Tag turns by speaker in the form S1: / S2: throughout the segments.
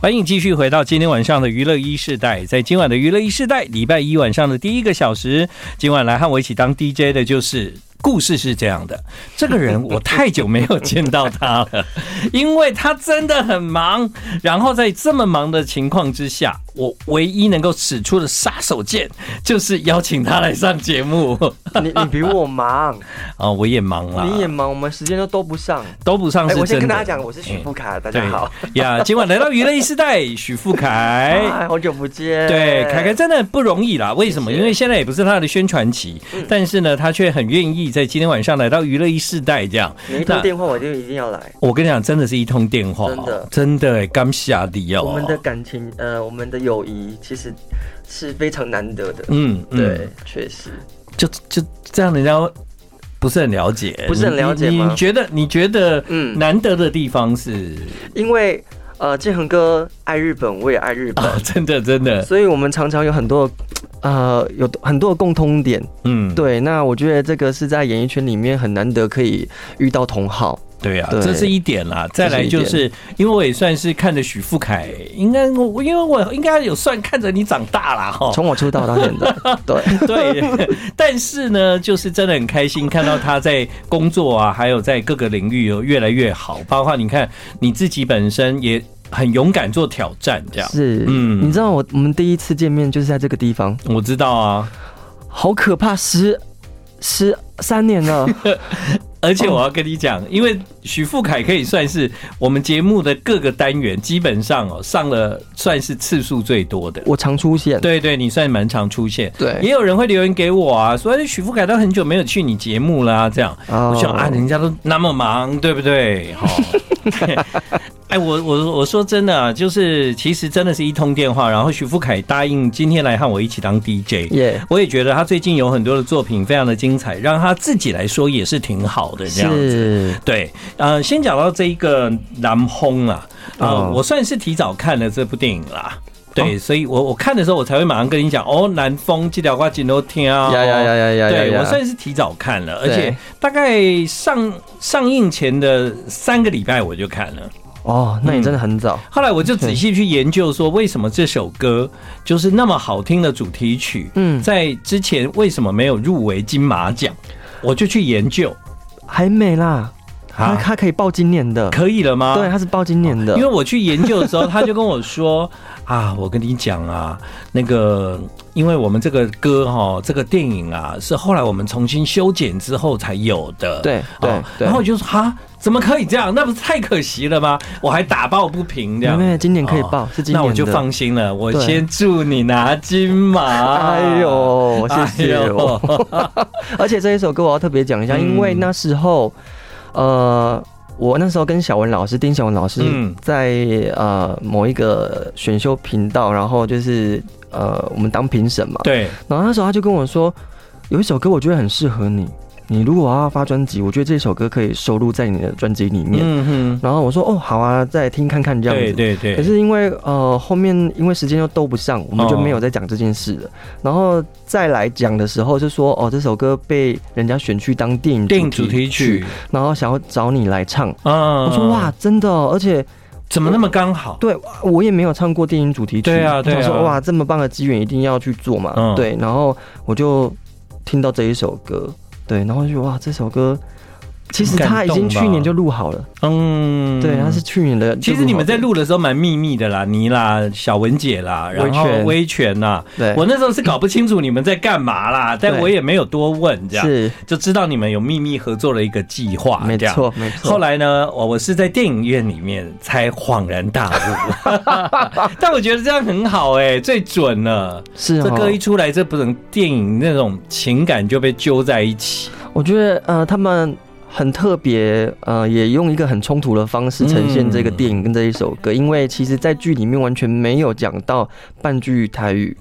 S1: 欢迎继续回到今天晚上的娱乐一世代，在今晚的娱乐一世代，礼拜一晚上的第一个小时，今晚来和我一起当 DJ 的就是。故事是这样的，这个人我太久没有见到他了，因为他真的很忙。然后在这么忙的情况之下，我唯一能够使出的杀手锏就是邀请他来上节目
S2: 你你比我忙，
S1: 啊！我也忙啦，
S2: 你也忙，我们时间都都不上。
S1: 都不上
S2: 哎，
S1: 是
S2: 我先
S1: 真
S2: 跟大家
S1: 的。嗯
S2: 讲，我是许富凯，大
S1: 对
S2: 家好。
S1: 呀，今晚来到娱乐一时代，许富 凯。
S2: 哎，好久不见。
S1: 对，凯凯真的不容易啦。为什么？
S2: 谢谢嗯
S1: 因为现在也不是他的宣传期，但是呢，他却很愿意在今天晚上来到娱乐一世代这样。
S2: 你一通电话我就一定要来。
S1: 我跟你讲，真的是一通电话哦，
S2: 真的
S1: 真的哎，刚下的哦。
S2: 我们的感情，呃，我们的友谊其实是非常难得的。
S1: 嗯，嗯
S2: 对，，确实。
S1: 就就这样，人家不是很了解，
S2: 不是很了解
S1: 你
S2: 吗
S1: 你你觉得你觉得
S2: 嗯
S1: 难得的地方是
S2: 因为呃，建恒哥爱日本，我也爱日本，
S1: 啊，真的真的，
S2: 所以我们常常有很多。呃，有很多的共通点，
S1: 嗯，
S2: 对，那我觉得这个是在演艺圈里面很难得可以遇到同好，
S1: 对啊，
S2: 对
S1: 这是一点啦。再来就
S2: 这是
S1: 是，因为我也算是看着许富凯，应该我因为我应该有算看着你长大啦哦哈。
S2: 从我出道到现 在，对，
S1: 对，但是呢，就是真的很开心看到他在工作啊，还有在各个领域有越来越好。包括你看你自己本身也很勇敢做挑战，这样。
S2: 是，
S1: 嗯
S2: 嗯，你知道我我们第一次见面就是在这个地方，
S1: 我知道啊，
S2: 好可怕，十十三年了，
S1: 而且我要跟你讲，因为许富凯可以算是我们节目的各个单元基本上哦上了算是次数最多的。
S2: 我常出现，
S1: 对对，你算蛮常出现。也
S2: 对，
S1: 有人会留言给我啊，说哎许富凯都很久没有去你节目啦、这样。
S2: 哦
S1: 我想啊，人家都那么忙，对不对？好、 哎，我我我说真的啊，就是其实真的是一通电话，然后许富凯答应今天来和我一起当 DJ。
S2: 耶，
S1: 我也觉得他最近有很多的作品非常的精彩，让他自己来说也是挺好的这样子。
S2: 是，
S1: 对，呃，先讲到这一个南轰啊，呃，
S2: 哦
S1: 我算是提早看了这部电影啦。对，所以我我看的时候，我才会马上跟你讲哦，南风这条瓜锦都听啊。
S2: 呀呀呀呀呀呀
S1: 对
S2: 呀，
S1: 我算是提早看了，而
S2: 对
S1: 且大概上上映前的三个礼拜我就看了。
S2: 哦，那你真的很早，
S1: 后来我就仔细去研究，说为什么这首歌就是那么好听的主题曲，
S2: 嗯，
S1: 在之前为什么没有入围金马奖？我就去研
S2: 哦
S1: 究，
S2: 还没啦，
S1: 啊
S2: 他他可以报今年的，
S1: 可以了吗？
S2: 对，他是报今年的
S1: 因为，我去研究的时候，他就跟我说啊， 我跟你讲啊，那个，因为我们这个歌哈、这个电影啊，是后来我们重新修剪之后才有的。
S2: 对对
S1: 哦
S2: 对
S1: 然后我就说哈，怎么可以这样？那不是太可惜了吗？我还打抱不平这
S2: 妹
S1: 样。
S2: 妹今年可以
S1: 哦
S2: 报，是今年
S1: 那
S2: 的，
S1: 我就，放心了，我
S2: 对
S1: 先祝你拿金马。
S2: 哎呦，谢谢
S1: 哎
S2: 哦。
S1: 呦，
S2: 而且这一首歌我要特别讲一下，
S1: 嗯
S2: 因为那时候，呃，我那时候跟小文老师、丁小文老师
S1: 嗯
S2: 在、呃某一个选秀频道，然后就是呃我们当评审嘛，
S1: 对，
S2: 然后那时候他就跟我说，有一首歌我觉得很适合你，你如果要发专辑，我觉得这首歌可以收录在你的专辑里面。
S1: 嗯哼，
S2: 然后我说哦好啊，再听看看这样子。
S1: 对对对。
S2: 可是因为呃后面因为时间又斗不上，我们就
S1: 哦
S2: 没有再讲这件事了。然后再来讲的时候，就说哦这首歌被人家选去当电影
S1: 电影主题曲，
S2: 然后想要找你来唱。
S1: 啊
S2: 我说哇，，真的哦、而且
S1: 怎么那么刚好？
S2: 对我也没有唱过电影主题曲，
S1: 对啊对啊
S2: 我想说哇，这么棒的机缘一定要去做嘛，
S1: 嗯
S2: 对，然后我就听到这一首歌，对，然后就哇，这首歌其实
S1: 很
S2: 他
S1: 感
S2: 已
S1: 动
S2: 经
S1: 吧
S2: 去年就录好了，
S1: 嗯，
S2: 对，他是去年的就
S1: 其
S2: 好了，
S1: 实你们在录的时候蛮秘密的啦，你啦、小文姐啦，然后
S2: 威权
S1: 威权啦，
S2: 对，
S1: 我那时候是搞不清楚你们在干嘛啦，但
S2: 对
S1: 我也没有多问，这样
S2: 是
S1: 就知道你们有秘密合作的一个计划，
S2: 没
S1: 这样。
S2: 错没错，
S1: 后来呢，我我是在电影院里面才恍然大悟， 但我觉得这样很好哎、最准了。
S2: 是
S1: 这
S2: 哦
S1: 歌一出来，这不能电影那种情感就被揪在一起，
S2: 我觉得呃，他们很特别，呃，也用一个很冲突的方式呈现
S1: 嗯
S2: 这个电影跟这一首歌，因为其实，在剧里面完全没有讲到半句台语。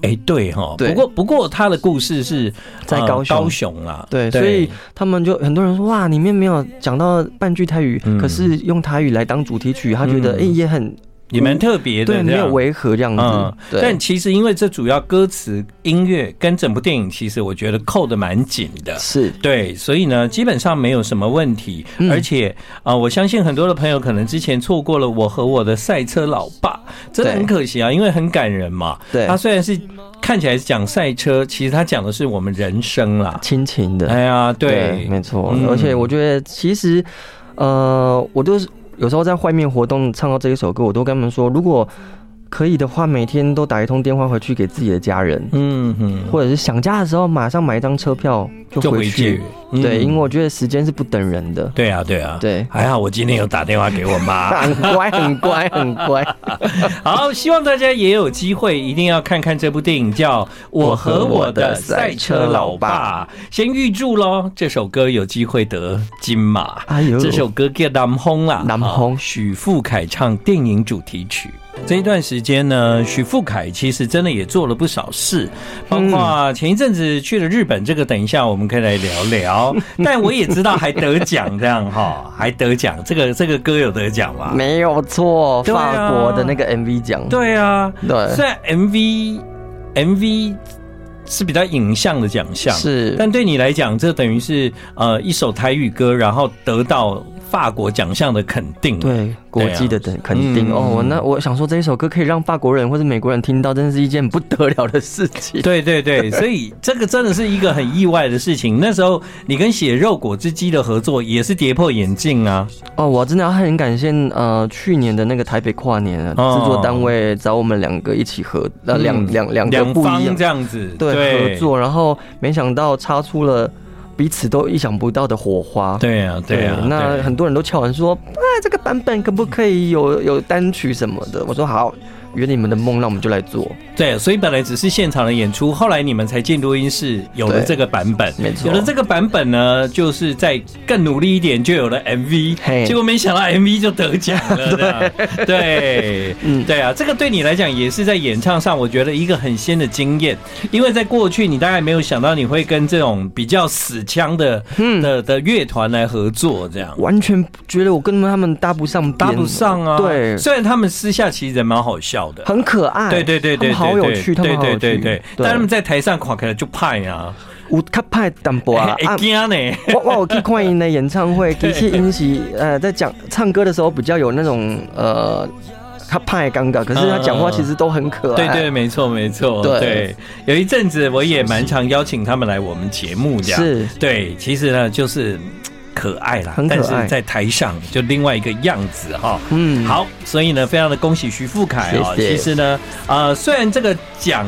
S1: 哎、对哈。
S2: 对
S1: 不过不过他的故事是
S2: 在
S1: 呃
S2: 高雄
S1: 高雄啦，
S2: 对所以他们就很多人说哇，里面没有讲到半句台语，
S1: 嗯
S2: 可是用台语来当主题曲，他觉得
S1: 嗯
S2: 哎、诶也很
S1: 也蛮特别的，
S2: 对，没有违和这样子。
S1: 嗯，但其实因为这主要歌词、音乐跟整部电影，其实我觉得扣的蛮紧的。
S2: 是
S1: 对，所以呢，基本上没有什么问题，
S2: 嗯
S1: 而且啊、呃我相信很多的朋友可能之前错过了《我和我的赛车老爸》，真的
S2: 对
S1: 很可惜啊，因为很感人嘛。
S2: 对
S1: 他虽然是看起来是讲赛车，其实他讲的是我们人生啦。
S2: 亲情的，
S1: 哎呀，对，
S2: 没错。
S1: 嗯
S2: 而且我觉得其实，呃，我就是有时候在外面活动唱到这一首歌，我都跟他们说，如果可以的话，每天都打一通电话回去给自己的家人，
S1: 嗯哼，
S2: 或者是想家的时候马上买一张车票就
S1: 就
S2: 回
S1: 回
S2: 去
S1: 去。，
S2: 对，
S1: 嗯
S2: 因为我觉得时间是不等人的。
S1: 对啊，对啊，。
S2: 对，
S1: 还好我今天有打电话给我妈。
S2: 很乖，很乖，很乖。
S1: 好，希望大家也有机会，一定要看看这部电影，叫《我和我的赛车老爸》。先预祝喽，这首歌有机会得金马。
S2: 哎呦，
S1: 这首 歌叫《南风》啦，
S2: 南风
S1: 啊许富凯唱电影主题曲。这一段时间呢，许富凯其实真的也做了不少事，包
S2: 嗯
S1: 括前一阵子去了日本，这个等一下我们可以来聊 聊。但我也知道还得奖这样哈，还得奖，这个这个歌有得奖吗？
S2: 没有错，
S1: 对啊
S2: 法国的那个 MV 奖。
S1: 对啊，虽
S2: 对，
S1: 然 MV MV 是比较影像的奖项，
S2: 是，
S1: 但对你来讲，这等于是呃一首台语歌，然后得到法国奖项的肯定。，
S2: 对国际的等肯定、
S1: 嗯
S2: 哦，我那我想说这一首歌可以让法国人或者美国人听到，真是一件不得了的事 情。
S1: 对对对，所以这个真的是一个很意外的事情。那时候你跟血肉果汁机的合作也是跌破眼镜啊，
S2: 哦，我真的要很感谢呃去年的那个台北跨年啊，
S1: 哦
S2: 制作单位找我们两个一起合，呃
S1: 嗯
S2: 两两两个
S1: 两
S2: 不一
S1: 方
S2: 样
S1: 这样子，
S2: 对合，作，然后没想到擦出了彼此都意想不到的火花。
S1: 对啊，对啊，
S2: 那很多人都敲完说，啊，这个版本可不可以有有单曲什么的？我说好，圆你们的梦，那我们就来做。
S1: 对，所以本来只是现场的演出，后来你们才进录音室，有了
S2: 对
S1: 这个版本。
S2: 没错
S1: 有了这个版本呢，就是再更努力一点，就有了 MV。
S2: 嘿
S1: 结果没想到 MV 就得奖 了，这样对，
S2: 嗯
S1: 对啊，这个对你来讲也是在演唱上，我觉得一个很新的经验，因为在过去你大概没有想到你会跟这种比较死腔的的的乐团来合作，这样。
S2: 完全觉得我跟他们搭不上边，
S1: 搭不上啊！
S2: 对
S1: 虽然他们私下其实人蛮好笑的，
S2: 很可爱，
S1: 对对对对，
S2: 他们好有趣，他
S1: 对
S2: 们好有
S1: 对
S2: 趣，
S1: 对对。但他们在台上垮开了就派啊，
S2: 有较派淡薄啊。
S1: 哎
S2: 啊，
S1: 惊呢，
S2: 我我有去看因的演唱会，其实因是呃在讲唱歌的时候比较有那种呃他派尴尬，可是他讲话其实都很可爱
S1: 呃对，对，没错没错，
S2: 对
S1: 对。有一阵子我也蛮常邀请他们来我们节目这样，
S2: 是
S1: 对，其实呢就是嗯可爱啦，
S2: 很可爱
S1: 但是在台上就另外一个样子哈。
S2: 嗯，
S1: 好，所以呢，非常的恭喜徐富凯哦。
S2: 谢谢
S1: 其实呢，呃，虽然这个奖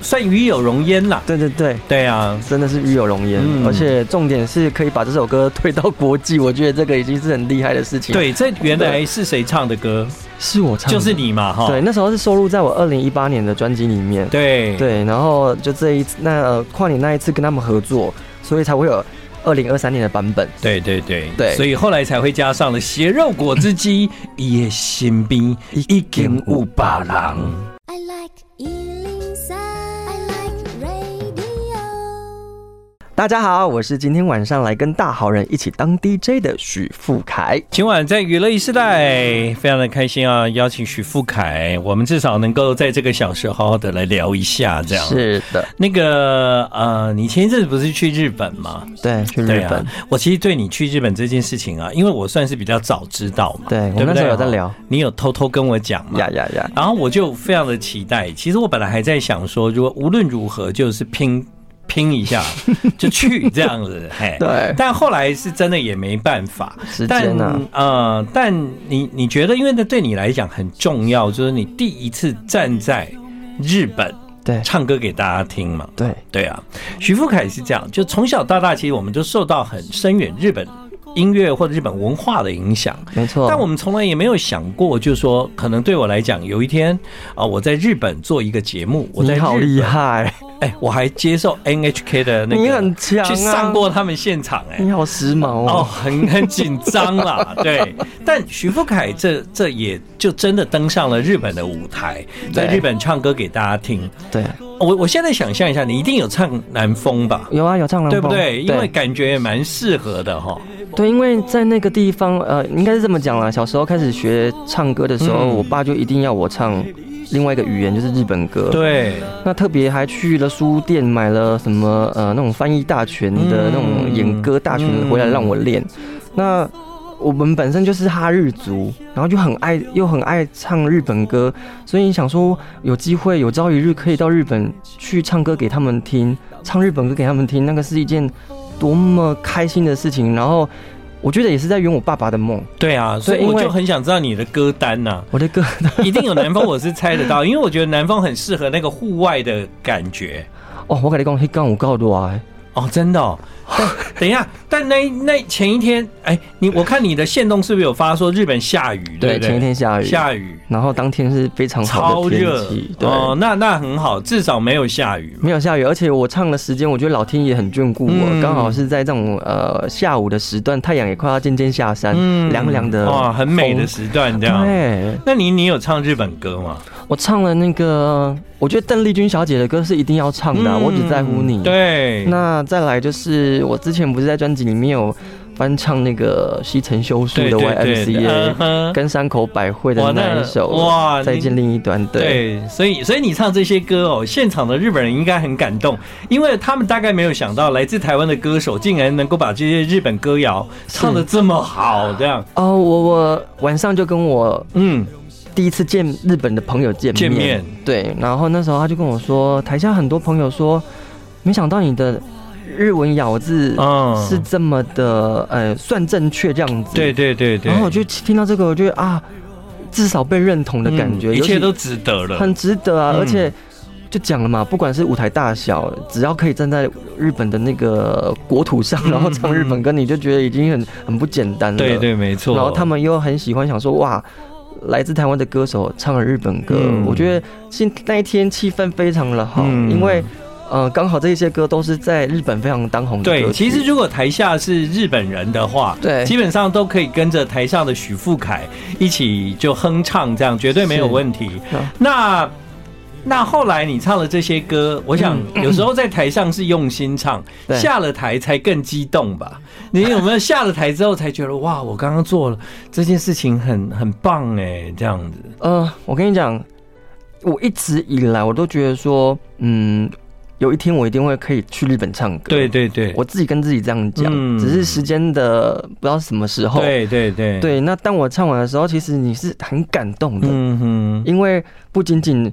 S1: 算与有荣焉啦，
S2: 对对对。
S1: 对啊，
S2: 真的是与有容颜，
S1: 嗯
S2: 而且重点是可以把这首歌推到国际，我觉得这个已经是很厉害的事情。，
S1: 对，这原来是谁唱的歌？
S2: 是我唱的，
S1: 就是你嘛哈。
S2: 对，那时候是收录在我二零一八年的专辑里面。
S1: 对
S2: 对，然后就这一次，那、呃、跨年那一次跟他们合作，所以才会有二零二三年的版本。
S1: 对对对
S2: 对
S1: 所以后来才会加上了血肉果汁 机，伊的身边已经有别人。
S3: I like Ealing Sound. I like radio.
S2: 大家好，我是今天晚上来跟大好人一起当 DJ 的许富凯。
S1: 今晚在娱乐一时代，非常的开心啊！邀请许富凯，我们至少能够在这个小时好好的来聊一下，这样。
S2: 是的，
S1: 那个呃，你前一阵子不是去日本吗？
S2: 对，去
S1: 对
S2: 日
S1: 啊
S2: 本，，
S1: 我其实对你去日本这件事情啊，因为我算是比较早知道嘛，
S2: 对我
S1: 不
S2: 们那时候有在聊
S1: 你有偷偷跟我讲嘛？
S2: 呀呀呀，
S1: 然后我就非常的期待。其实我本来还在想说，如果无论如何就是拼拼一 下，就去这样子，嘿。
S2: 对，
S1: 但后来是真的也没办法。
S2: 时
S1: 但
S2: 间啊，
S1: 呃，但你你觉得，因为那对你来讲很重要，就是你第一次站在日本
S2: 对
S1: 唱歌给大家听嘛。
S2: 对，
S1: 对啊，徐富凯是这样，就从小到大，其实我们都受到很深远日本音乐或者日本文化的影响。
S2: 没错。
S1: 但我们从来也没有想过，就是说，可能对我来讲，有一天啊、我在日本做一个节目，我在
S2: 你
S1: 日
S2: 好
S1: 本
S2: 厉，害，
S1: 哎、我还接受 NHK 的那个，
S2: 你很强啊
S1: 去上过他们现场、哎。
S2: 你好时髦
S1: 哦，
S2: 哦。
S1: 很很紧张 啦，对。但徐富凯这这也就真的登上了日本的舞台，在
S2: 对
S1: 日本唱歌给大家听。
S2: 对，
S1: 我我现在想象一下，你一定有唱南风吧？
S2: 有啊，有唱《狼
S1: 对不
S2: 风
S1: 对？因为感觉也蛮适合的哈。
S2: 对，因为在那个地方，呃，应该是这么讲啦。小时候开始学唱歌的时候，
S1: 嗯
S2: 我爸就一定要我唱另外一个语言，就是日本歌。，
S1: 对，
S2: 那特别还去了书店买了什么呃那种翻译大全的
S1: 嗯
S2: 那种演歌大全
S1: 嗯
S2: 回来让我练。那我们本身就是哈日族，然后就很爱又很爱唱日本歌，所以想说有机会有朝一日可以到日本去唱歌给他们听，唱日本歌给他们听，那个是一件多么开心的事情。然后我觉得也是在圆我爸爸的梦，
S1: 对啊，所以
S2: 对因
S1: 我
S2: 为
S1: 就很想知道你的歌单呐、
S2: 我的歌
S1: 一定有南风，我是猜得到，因为我觉得南风很适合那个户外的感觉。
S2: 哦，我跟你讲，黑杠我告多啊，
S1: 哦，真的、哦。 但等一下，但那那前一天，哎，你我看你的线动是不是有发说日本下雨？对不对，
S2: 前一天下雨，
S1: 下雨，
S2: 然后当天是非常好
S1: 超
S2: 的天
S1: 热
S2: 气，对。
S1: 哦，那那很好，至少没有下雨嘛。
S2: 没有下雨，而且我唱的时间，我觉得老天爷很眷顾
S1: 嗯
S2: 我，刚、好是在这种呃下午的时段，太阳也快要渐渐下山，凉凉、
S1: 嗯
S2: 的，
S1: 哇，很美的时段这样。
S2: 对，
S1: 那你你有唱日本歌吗？
S2: 我唱了那个，我觉得邓丽君小姐的歌是一定要唱的啊、我只在乎你。，
S1: 嗯对，
S2: 那再来就是我之前不是在专辑里面有翻唱那个西城修树
S1: 对
S2: 的
S1: 对对对
S2: YMCA，
S1: 嗯哼
S2: 跟山口百惠
S1: 哇
S2: 的
S1: 那
S2: 那一首
S1: 哇
S2: 再见另一端，对，
S1: 对，所以所以你唱这些歌哦，现场的日本人应该很感动，因为他们大概没有想到来自台湾的歌手竟然能够把这些日本歌谣唱的这么好，这样，
S2: 哦，我我晚上就跟我
S1: 嗯，
S2: 第一次见日本的朋友见面，
S1: 见面
S2: 对，然后那时候他就跟我说，台下很多朋友说，没想到你的日文咬字
S1: 嗯，
S2: 是，这么的，呃，算正确这样子。
S1: 对对对对，
S2: 然后我就听到这个，我觉得啊，至少被认同的感觉，
S1: 嗯一
S2: 尤其
S1: 切都值得了，
S2: 很值得啊，
S1: 嗯
S2: 而且。就讲了嘛，不管是舞台大小，只要可以站在日本的那个国土上，然后唱日本歌，你就觉得已经很很不简单了。
S1: 嗯对对没错，
S2: 然后他们又很喜欢，想说哇，来自台湾的歌手唱了日本歌，
S1: 嗯
S2: 我觉得现那一天气氛非常的好，
S1: 嗯
S2: 因为呃刚好这一些歌都是在日本非常当红的歌
S1: 对，
S2: 曲
S1: 其实如果台下是日本人的话，
S2: 对
S1: 基本上都可以跟着台上的许富凯一起就哼唱，这样绝对没有问题
S2: 是啊。
S1: 那那后来你唱了这些歌，我想有时候在台上是用心唱，
S2: 嗯对
S1: 下了台才更激动吧？你有没有下了台之后才觉得哇，我刚刚做了这件事情很很棒哎，这样子？
S2: 呃，我跟你讲，我一直以来我都觉得说，嗯，有一天我一定会可以去日本唱歌，
S1: 对对对，
S2: 我自己跟自己这样讲，
S1: 嗯
S2: 只是时间的不知道是什么时候。
S1: 对对对，
S2: 对，那当我唱完的时候，其实你是很感动的，
S1: 嗯哼，
S2: 因为不仅仅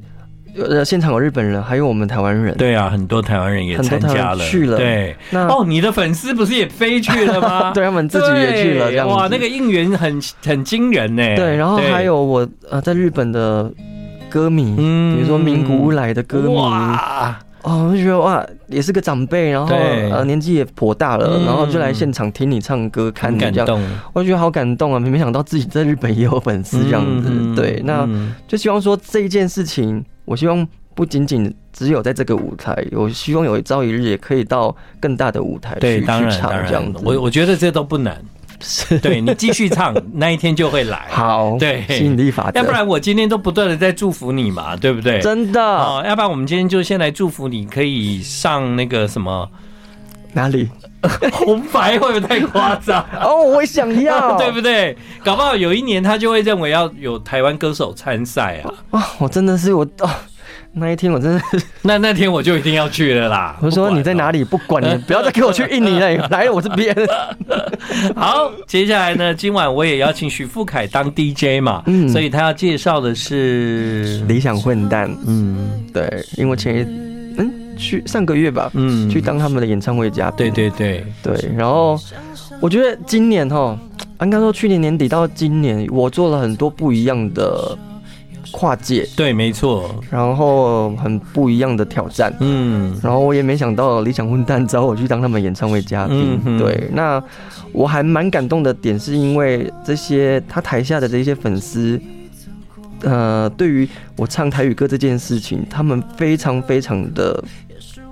S2: 呃现场有日本人，还有我们台湾人。
S1: 对啊，很多台湾人也
S2: 很多
S1: 参
S2: 台湾
S1: 加
S2: 人
S1: 了，
S2: 去了
S1: 对。
S2: 那、
S1: 哦，你的粉丝不是也飞去了吗？
S2: 嗯 对他们自己也去了
S1: 对
S2: 这样子。
S1: 哇，那个应援很很惊人呢。
S2: 对，然后还有我呃在日本的歌迷，
S1: 嗯
S2: 比如说名古屋来的歌迷，哦，
S1: 哇，
S2: 我就觉得哇，也是个长辈，然后
S1: 对
S2: 呃年纪也颇大了，
S1: 嗯
S2: 然后就来现场听你唱歌，看
S1: 很
S2: 你
S1: 感
S2: 这样，
S1: 动，
S2: 我就觉得好感动啊！没想到自己在日本也有粉丝这样子。
S1: 嗯
S2: 对，那
S1: 嗯
S2: 就希望说这一件事情，我希望不仅仅只有在这个舞台，我希望有一朝一日也可以到更大的舞台去
S1: 对，当
S2: 去
S1: 然
S2: 唱
S1: 当
S2: 这样
S1: 然
S2: 子，。
S1: 我我觉得这都不难。
S2: 是
S1: 对你继续唱，那一天就会来。，
S2: 好，
S1: 对
S2: 吸引力法则，
S1: 要不然我今天都不断的在祝福你嘛，对不对？
S2: 真的
S1: 哦，要不然我们今天就先来祝福你，可以上那个什么
S2: 哪里？
S1: 红白，会不会太夸张？
S2: 哦，我想 要，
S1: 对不对？搞不好有一年他就会认为要有台湾歌手参赛啊，
S2: 啊，我真的是我哦，那一天我真的，
S1: 那那天我就一定要去了啦
S2: 。
S1: 哦
S2: 我说你在哪
S1: 里？
S2: 里？不管你，不要再给我去印尼了，来我这边。
S1: 好，接下来呢，今晚我也邀请许富凯当 DJ 嘛，
S2: 嗯
S1: 所以他要介绍的是，
S2: 理想混蛋，
S1: 嗯
S2: 对，因为前一嗯去上个月吧，
S1: 嗯
S2: 去当他们的演唱会嘉
S1: 对
S2: 宾，
S1: 对对，
S2: 对，然后我觉得今年哈，应该说去年年底到今年，我做了很多不一样的跨界，
S1: 对，没错，
S2: 然后很不一样的挑战。
S1: 嗯
S2: 然后我也没想到理想混蛋找我去当他们演唱会嘉宾
S1: 嗯，哼
S2: 对，那我还蛮感动的点是因为这些他台下的这些粉丝，呃，对于我唱台语歌这件事情，他们非常非常的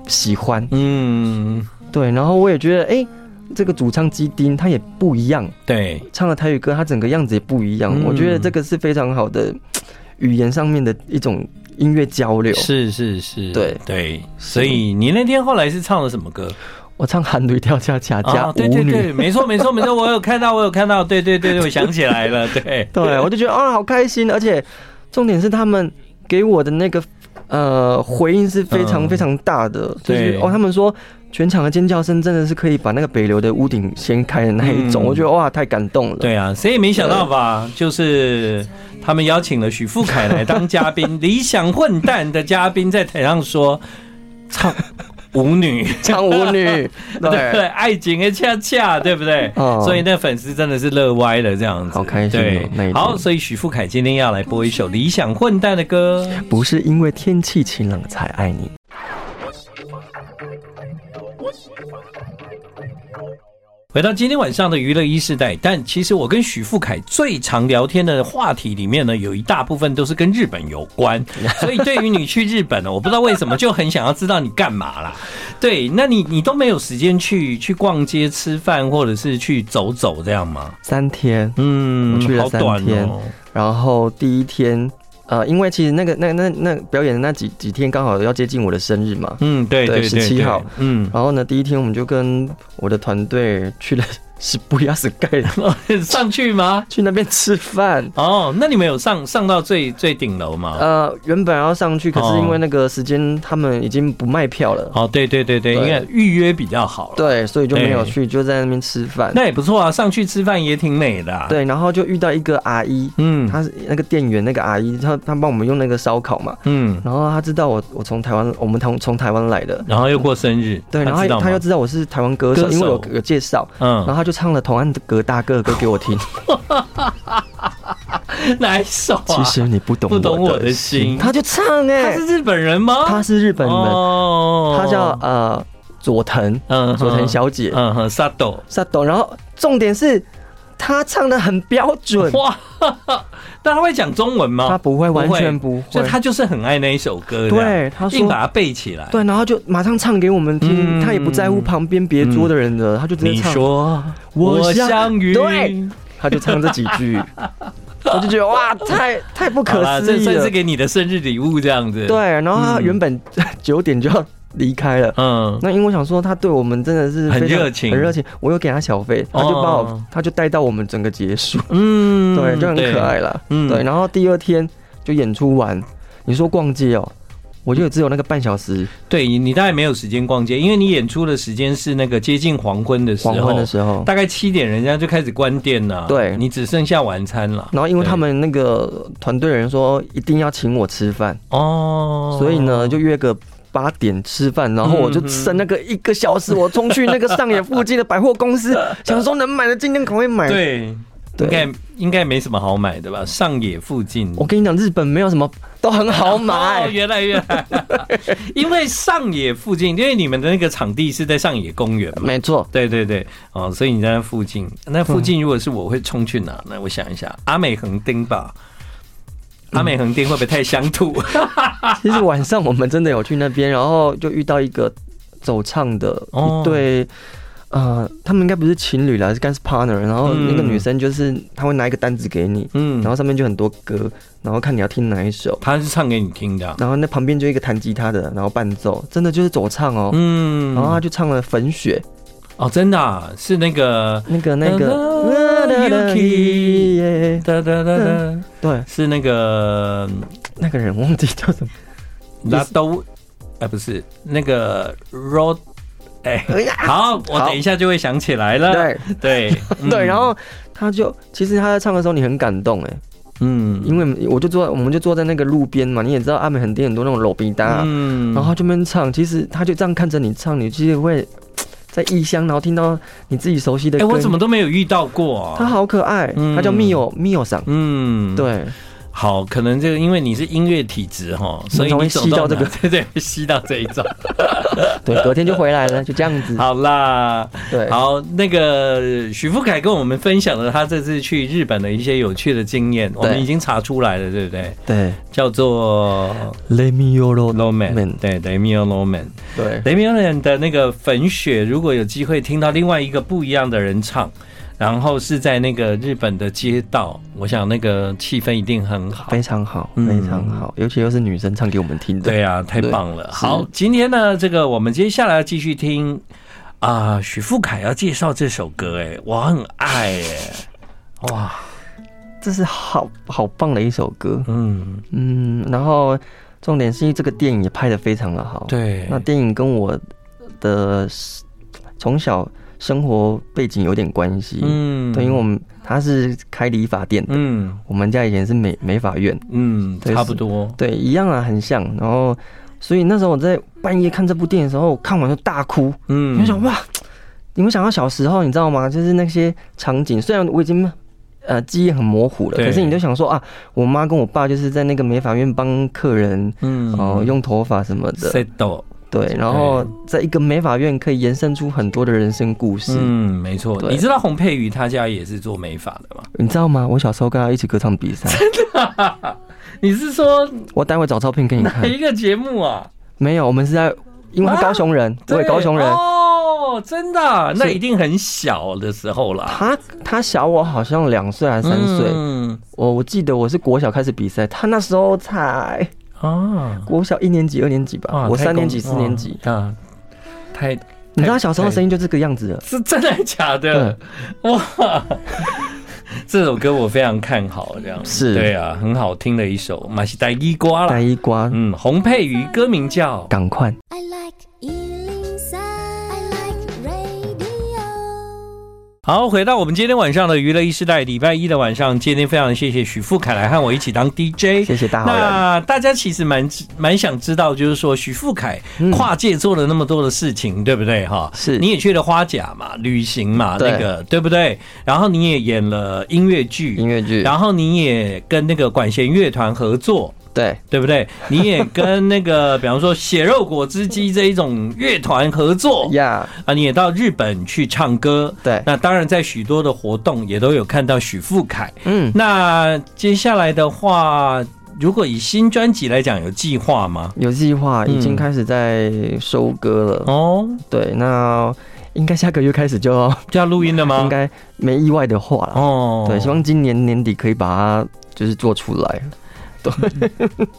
S2: 喜欢，
S1: 嗯，
S2: 对，然后我也觉得，哎、这个主唱基丁他也不一样，
S1: 对，
S2: 唱了台语歌，他整个样子也不一样，
S1: 嗯
S2: 我觉得这个是非常好的语言上面的一种音乐交流。
S1: 是是是，
S2: 对
S1: 对，所以你那天后来是唱了什么歌？
S2: 我唱韩女跳恰恰加
S1: 啊，对
S2: 舞
S1: 对
S2: 女，
S1: 对，没错没错没错，我有看到我有看到，对对对对，我想起来了，对
S2: 对我就觉得啊、好开心，而且重点是他们给我的那个呃回应是非常
S1: 嗯
S2: 非常大的，就是
S1: 对
S2: 哦，他们说全场的尖叫声真的是可以把那个北流的屋顶掀开的那一种，
S1: 嗯
S2: 我觉得哇太感动了。
S1: 对啊，谁也没想到吧？就是他们邀请了许富凯来当嘉宾，理想混蛋的嘉宾在台上说唱舞 女，
S2: 唱舞女，
S1: 对不对，
S2: 对，
S1: 爱情的恰恰，对不对？
S2: 哦
S1: 所以那粉丝真的是乐歪了，这样子，
S2: 好开心哦那一
S1: 对，
S2: 天
S1: 好，所以许富凯今天要来播一首《理想混蛋》的歌。
S2: 不是因为天气晴朗才爱你。
S1: 回到今天晚上的娱乐一世代，但其实我跟许富凯最常聊天的话题里面呢，有一大部分都是跟日本有 关，所以对于你去日本呢，我不知道为什么就很想要知道你干嘛啦。对，那你你都没有时间去去逛街、吃饭，或者是去走走这样吗？
S2: 三天，
S1: 嗯
S2: 我去了
S1: 好短
S2: 三天
S1: 哦。
S2: 然后第一天，呃，因为其实那个那那那表演的那几几天刚好要接近我的生日嘛，
S1: 嗯，对
S2: 对
S1: 对对，
S2: 17
S1: 对
S2: 号，
S1: 嗯，
S2: 然后呢，第一天我们就跟我的团队去了 是不亚斯盖，
S1: 上去吗？
S2: 去那边吃饭。
S1: 哦，那你们有上上到最最顶楼吗？
S2: 呃，原本要上去，可是因为那个时间他们已经不卖票了，
S1: 哦，对对对对，因
S2: 对
S1: 为预约比较好了。
S2: 对，所以就没有
S1: 对
S2: 去，就在那边吃饭。
S1: 那也不错啊，上去吃饭也挺美的、啊。，
S2: 对，然后就遇到一个阿姨，
S1: 嗯
S2: 她是那个店员那个阿姨，她她帮我们用那个烧烤嘛，
S1: 嗯，
S2: 然后她知道我我从台湾，我们同从台湾来的，
S1: 然后又过生日，
S2: 对，然后
S1: 他知道
S2: 她她
S1: 吗
S2: 又知道我是台湾歌手，
S1: 歌手
S2: 因为我有有介绍，然后
S1: 嗯，
S2: 她就唱了同安格大哥的歌给我听。
S1: 哪一首啊？
S2: 其实你不懂
S1: 不懂我的心
S2: 她就唱
S1: 他
S2: 哎、
S1: 是日本人吗？
S2: 她是日本人，
S1: 哦
S2: 她叫呃佐藤
S1: 嗯
S2: 佐藤小姐
S1: 嗯哼沙斗，
S2: 萨斗，然后重点是她唱的很标准，
S1: 哇， 但他会讲中文吗？
S2: 她不会完全不
S1: 所以
S2: 会，
S1: 他就是很爱那一首歌，
S2: 对她
S1: 这
S2: 说
S1: 样硬把它背起来。
S2: 对，然后就马上唱给我们
S1: 嗯
S2: 听，她也不在乎旁边别桌的人的，她就直接
S1: 你
S2: 唱。
S1: 说
S2: 我
S1: 我
S2: 想
S1: 相遇，
S2: 对他就唱这几 句，我就觉得哇，太太不
S1: 好啦
S2: 可思
S1: 这
S2: 议
S1: 算是嗯
S2: 了。
S1: 给你的生日礼物这样子。
S2: 对，，然后他原本 九点就要离开了。
S1: 嗯，
S2: 那因为我想说，他对我们真的是
S1: 很
S2: 非常
S1: 热情
S2: 很热情。我有给他小费，他就把我，
S1: 哦
S2: 他就带到我们整个结束，
S1: 嗯
S2: 对， 就很可爱。啦。
S1: 嗯
S2: 对，然后第二天就演出完，你说逛街哦，我就只有那个半小时，
S1: 对你你大概没有时间逛街，因为你演出的时间是那个接近黄昏的时候，
S2: 黄昏的时候。
S1: 大概七点，人家就开始关店了。
S2: 对
S1: 你只剩下晚餐了。
S2: 然后因为他们那个团队的人说一定要请我吃饭，
S1: 哦，嗯
S2: 所以呢，就约个八点吃饭，然后我就剩那个一个小时，我冲去那个上野附近的百货 公司，想说能买的尽量赶快买。，
S1: 对，
S2: 对
S1: 应该应该没什么好买的吧？上野附近，
S2: 我跟你讲，日本没有什么都很 好
S1: 哦，
S2: 买，
S1: 原来原来， 因为上野附近，因为你们的那个场地是在上野公园嘛。
S2: 没错，
S1: 对对对，哦，所以你在那附近，那附近如果是我会冲去哪？那我想一下，阿美横丁吧，阿美横丁会不会太乡土？
S2: 其实晚上我们真的有去那边，然后就遇到一个走唱的
S1: 哦
S2: 一对。呃，他们应该不是情侣啦，是该是 partner。然后那个女生就是，她会拿一个单子给你，
S1: 嗯
S2: 然后上面就很多歌，然后看你要听哪一首。
S1: 他是唱给你听的啊、
S2: 然后那旁边就一个弹吉他的，然后伴奏，真的就是走唱哦。
S1: 嗯，
S2: 然后他就唱了《粉雪》，
S1: 哦，真的、啊、是那个
S2: 那个那
S1: 哒哒
S2: 个，
S1: Yuki 哒哒哒哒，
S2: 对，
S1: 是那个
S2: 那个人忘记叫什么，
S1: 拉都，哎，不是那个 Rod，哎，
S2: 哎呀，
S1: 好，我
S2: 好
S1: 等一下就会想起来了。
S2: 对
S1: 对嗯
S2: 对，然后他就其实他在唱的时候你很感动哎，
S1: 嗯
S2: 因为我就坐我们就坐在那个路边嘛，你也知道阿美横店很多那种裸鼻搭，
S1: 嗯
S2: 啊然后就边唱，其实他就这样看着你唱，你其实会在异乡，然后听到你自己熟悉的
S1: 哎、
S2: 歌，
S1: 我怎么都没有遇到过、
S2: 他
S1: 啊。
S2: 好可爱，
S1: 嗯
S2: 他叫密友密友桑，
S1: 嗯，，
S2: 对，
S1: 好，可能这个因为你是音乐体质哈，所以
S2: 容
S1: 你
S2: 易
S1: 走
S2: 吸到这个
S1: 哪 对对，吸到这一种。
S2: 对，隔天就回来了，就这样子，
S1: 好啦，
S2: 对，
S1: 好，那个许富凯跟我们分享了他这次去日本的一些有趣的经验，我们已经查出来了，对不对？
S2: 对
S1: 叫做
S2: ，Let me your
S1: Roman，
S2: Man
S1: 对，雷米奥 Roman，
S2: 对。
S1: 雷米奥 Roman 的那个《粉雪》，如果有机会听到另外一个不一样的人唱，然后是在那个日本的街道，我想那个气氛一定很好。
S2: 非常好，
S1: 嗯
S2: 非常好，尤其又是女生唱给我们听的。
S1: 对啊，太
S2: 对嗯
S1: 棒了！
S2: 是
S1: 好，今天呢，这个我们接下来要继续听啊，许富凯要介绍这首歌，哎，我很爱，哎，哇，
S2: 这是好好棒的一首歌，
S1: 嗯，
S2: 嗯，然后重点是因为这个电影也拍的非常的好，，
S1: 对，
S2: 那电影跟我的呃从小生活背景有点关系，
S1: 嗯
S2: 对，因为我们他是开理发店的，
S1: 嗯
S2: 我们家以前是美美发院，
S1: 嗯，
S2: 对
S1: 差不多，
S2: 对，一样啊，很像，然后所以那时候我在半夜看这部电影的时候，我看完就大哭，你
S1: 嗯
S2: 就想哇，你们想到小时候，你知道吗？就是那些场景，虽然我已经呃记忆很模糊了，
S1: 对
S2: 可是你就想说啊，我妈跟我爸就是在那个美发院帮客人
S1: 嗯
S2: 哦、呃用头发什么的，
S1: settle，
S2: 对，然后在一个美发院可以延伸出很多的人生故事，
S1: 嗯，没错，
S2: 对
S1: 你知道洪佩瑜他家也是做美发的吗？
S2: 你知道吗？我小时候跟她一起歌唱比赛，
S1: 你是 说
S2: 我待会找照片给你
S1: 哪
S2: 看。
S1: 一个节目啊？
S2: 没有，我们是在，因为她
S1: 啊
S2: 高雄人，我
S1: 对
S2: 也高雄人，
S1: 哦，真的啊，那
S2: 是
S1: 一定很小的时候啦，
S2: 她她小我好像两岁还是三岁，
S1: 嗯
S2: 我我记得我是国小开始比赛，她那时候才。
S1: 啊。
S2: 国小一年级、二年级吧，
S1: 哇
S2: 我
S1: 啊太
S2: 三年
S1: 公
S2: 级、四年级。
S1: 哇啊，太呃
S2: 你知道小时候的声
S1: 音
S2: 音就这个样子了，
S1: 是真的假的？哇，这首歌我非常看好，这样
S2: 是
S1: 对啊，很好听的一首，马西带伊瓜
S2: 呆
S1: 啦。
S2: 一瓜，
S1: 嗯，洪佩瑜歌名叫
S2: 赶快。
S3: I like Ealing Sound. I like radio.
S1: 好，回到我们今天晚上的娱乐一时代，礼拜一的晚上，今天非常谢谢许富凯来和我一起当 DJ，
S2: 谢谢大好人，
S1: 那大家其实蛮蛮想知道，就是说许富凯
S2: 嗯
S1: 跨界做了那么多的事情，对不对？哈，
S2: 是
S1: 你也去了花甲嘛，旅行嘛，
S2: 对
S1: 那个对不对？然后你也演了音乐剧
S2: 音，乐剧，
S1: 然后你也跟那个管弦乐团合作。
S2: 对
S1: 对不对？你也跟那个，比方说血肉果汁机这一种乐团合 作
S2: 呀，
S1: 啊，你也到日本去唱歌。
S2: 对，
S1: 那当然，在许多的活动也都有看到许富凯。
S2: 嗯，
S1: 那接下来的话，如果以新专辑来讲，有计划吗？
S2: 有计划，
S1: 嗯
S2: 已经开始在收歌了。
S1: 哦，
S2: 对，那应该下个月开始就要，
S1: 就要录音了吗？
S2: 应该没意外的话了。
S1: 哦，
S2: 对，希望今年年底可以把它就是做出来。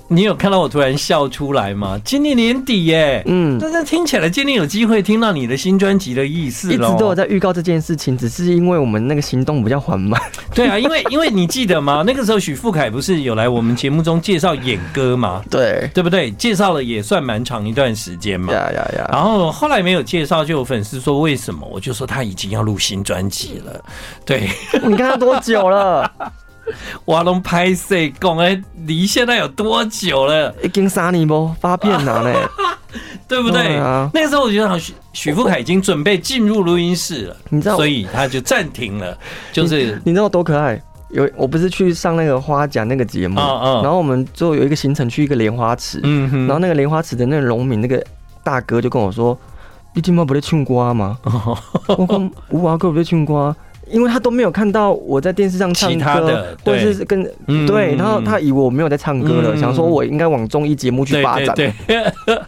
S1: 你有看到我突然笑出来吗？今年年底耶，
S2: 嗯，
S1: 但是听起来今年有机会听到你的新专辑的意思
S2: 一直
S1: 咯
S2: 都有在预告这件事情，只是因为我们那个行动比较缓慢。
S1: 对啊，因为因为你记得吗？ 那个时候许富凯不是有来我们节目中介绍演歌吗？
S2: 对，
S1: 对不对？介绍了也算蛮长一段时间嘛。
S2: 呀呀呀，
S1: 然后后来没有介绍，就有粉丝说为什么？我就说他已经要录新专辑了。对，
S2: 哦你看他多久了？
S1: 哇龙拍摄讲哎，离现在有多久了？
S2: 已经三年不发片 了呢。
S1: 对不对？
S2: 对啊
S1: 那时候我觉得好像许许富凯已经准备进入录音室了，
S2: 你知道我
S1: 所以他就暂停了，就是
S2: 你知道多可爱？有我不是去上那个花甲那个节目，
S1: 嗯嗯
S2: 然后我们就有一个行程去一个莲花池，
S1: 嗯哼，
S2: 然后那个莲花池的那个农民那个大哥就跟我说：“你今晚不在唱歌 吗？”我讲：“吴华哥不在唱歌。”因为他都没有看到我在电视上唱
S1: 其他
S2: 歌
S1: 的，
S2: 或
S1: 对
S2: 者是跟
S1: 嗯
S2: 对，然后他以为我没有在唱歌了，
S1: 嗯
S2: 想说我应该往综艺节目去
S1: 对
S2: 发展。
S1: 对对，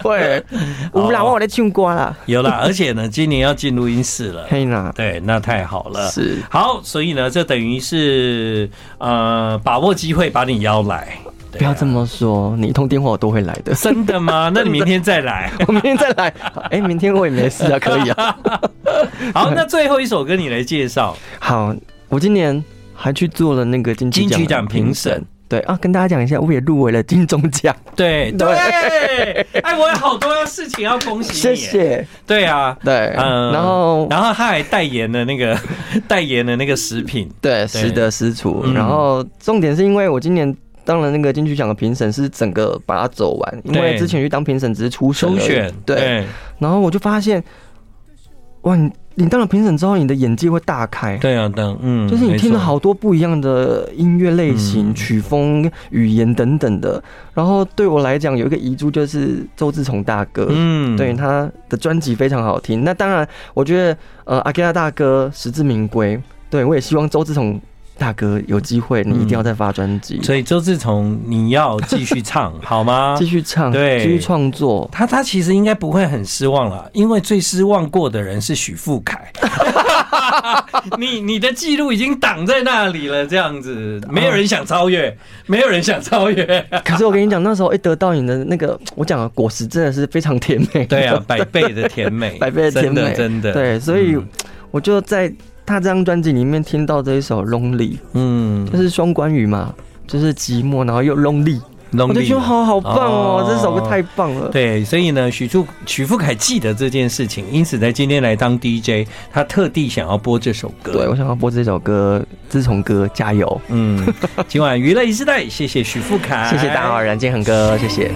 S2: 对，吴老
S1: 哦
S2: 我在唱歌啦，
S1: 有啦，而且呢，今年要进录音室了，
S2: 嘿啦，
S1: 对，那太好了。
S2: 是
S1: 好，所以呢，这等于是呃，把握机会把你邀 来。对啊。
S2: 不要这么说，你一通电话我都会来 的
S1: 真的吗？那你明天再来。
S2: 我明天再来，哎，明天我也没事啊，可以啊。
S1: 好，那最后一首歌你来介绍。
S2: 好，我今年还去做了那个 金曲
S1: 金曲奖
S2: 奖
S1: 评审。
S2: 对啊，跟大家讲一下，我也入围了金钟 奖，
S1: 对对
S2: 对，
S1: 哎，我有好多事情要恭喜
S2: 谢
S1: 你。。
S2: 谢。
S1: 对啊，
S2: 对，
S1: 嗯
S2: 然后
S1: 然后他还代言了那个 代言了那个食品，
S2: 对，师得师厨
S1: 嗯。
S2: 然后重点是因为我今年当了那个金曲奖的评审，是整个把它走完，因为
S1: 对
S2: 之前去当评审只是初选而
S1: 首
S2: 已。
S1: 选
S2: 对，然后我就发现，哇，你你当了评审之后，你的眼界会大开。
S1: 对啊，等嗯，
S2: 就是你听了
S1: 没错
S2: 好多不一样的音乐类型、
S1: 嗯
S2: 曲风、语言等等的。然后对我来讲，有一个遗珠就是周志崇大哥，
S1: 嗯
S2: 对他的专辑非常好听。那当然，我觉得呃，阿盖亚大哥实至名归。对我也希望周志崇大哥有机会你一定要再发专辑，
S1: 嗯所以啊周志从你要继续唱 好吗
S2: 继、？续唱，
S1: 对
S2: 继续创作。
S1: 他他其实应该不会很失望了，因为最失望过的人是许富凯。 你你的记录已经挡在那里了，这样子没有人想超越，没有人想超越。
S2: 可是我跟你讲，那时候一哎得到你的那个，我讲的果实真的是非常甜美。
S1: 对啊，百倍的甜美，
S2: 百倍的甜美，
S1: 真的真嗯的。
S2: 对，所以我就在他这张专辑里面听到这一首《Lonely》，
S1: 嗯，
S2: 就是双关语嘛，就是寂寞，然后又 Lonely，我
S1: 我
S2: 就觉得好好棒哦
S1: 哦，
S2: 这首歌太棒了。
S1: 对，所以呢，许祝许富凯记得这件事情，因此在今天来当 DJ，他特地想要播这首歌。
S2: 对，我想要播这首歌，自从歌加油，
S1: 嗯，今晚娱乐一时代，谢谢许富凯，
S2: 谢谢大好人建恒哥，谢谢。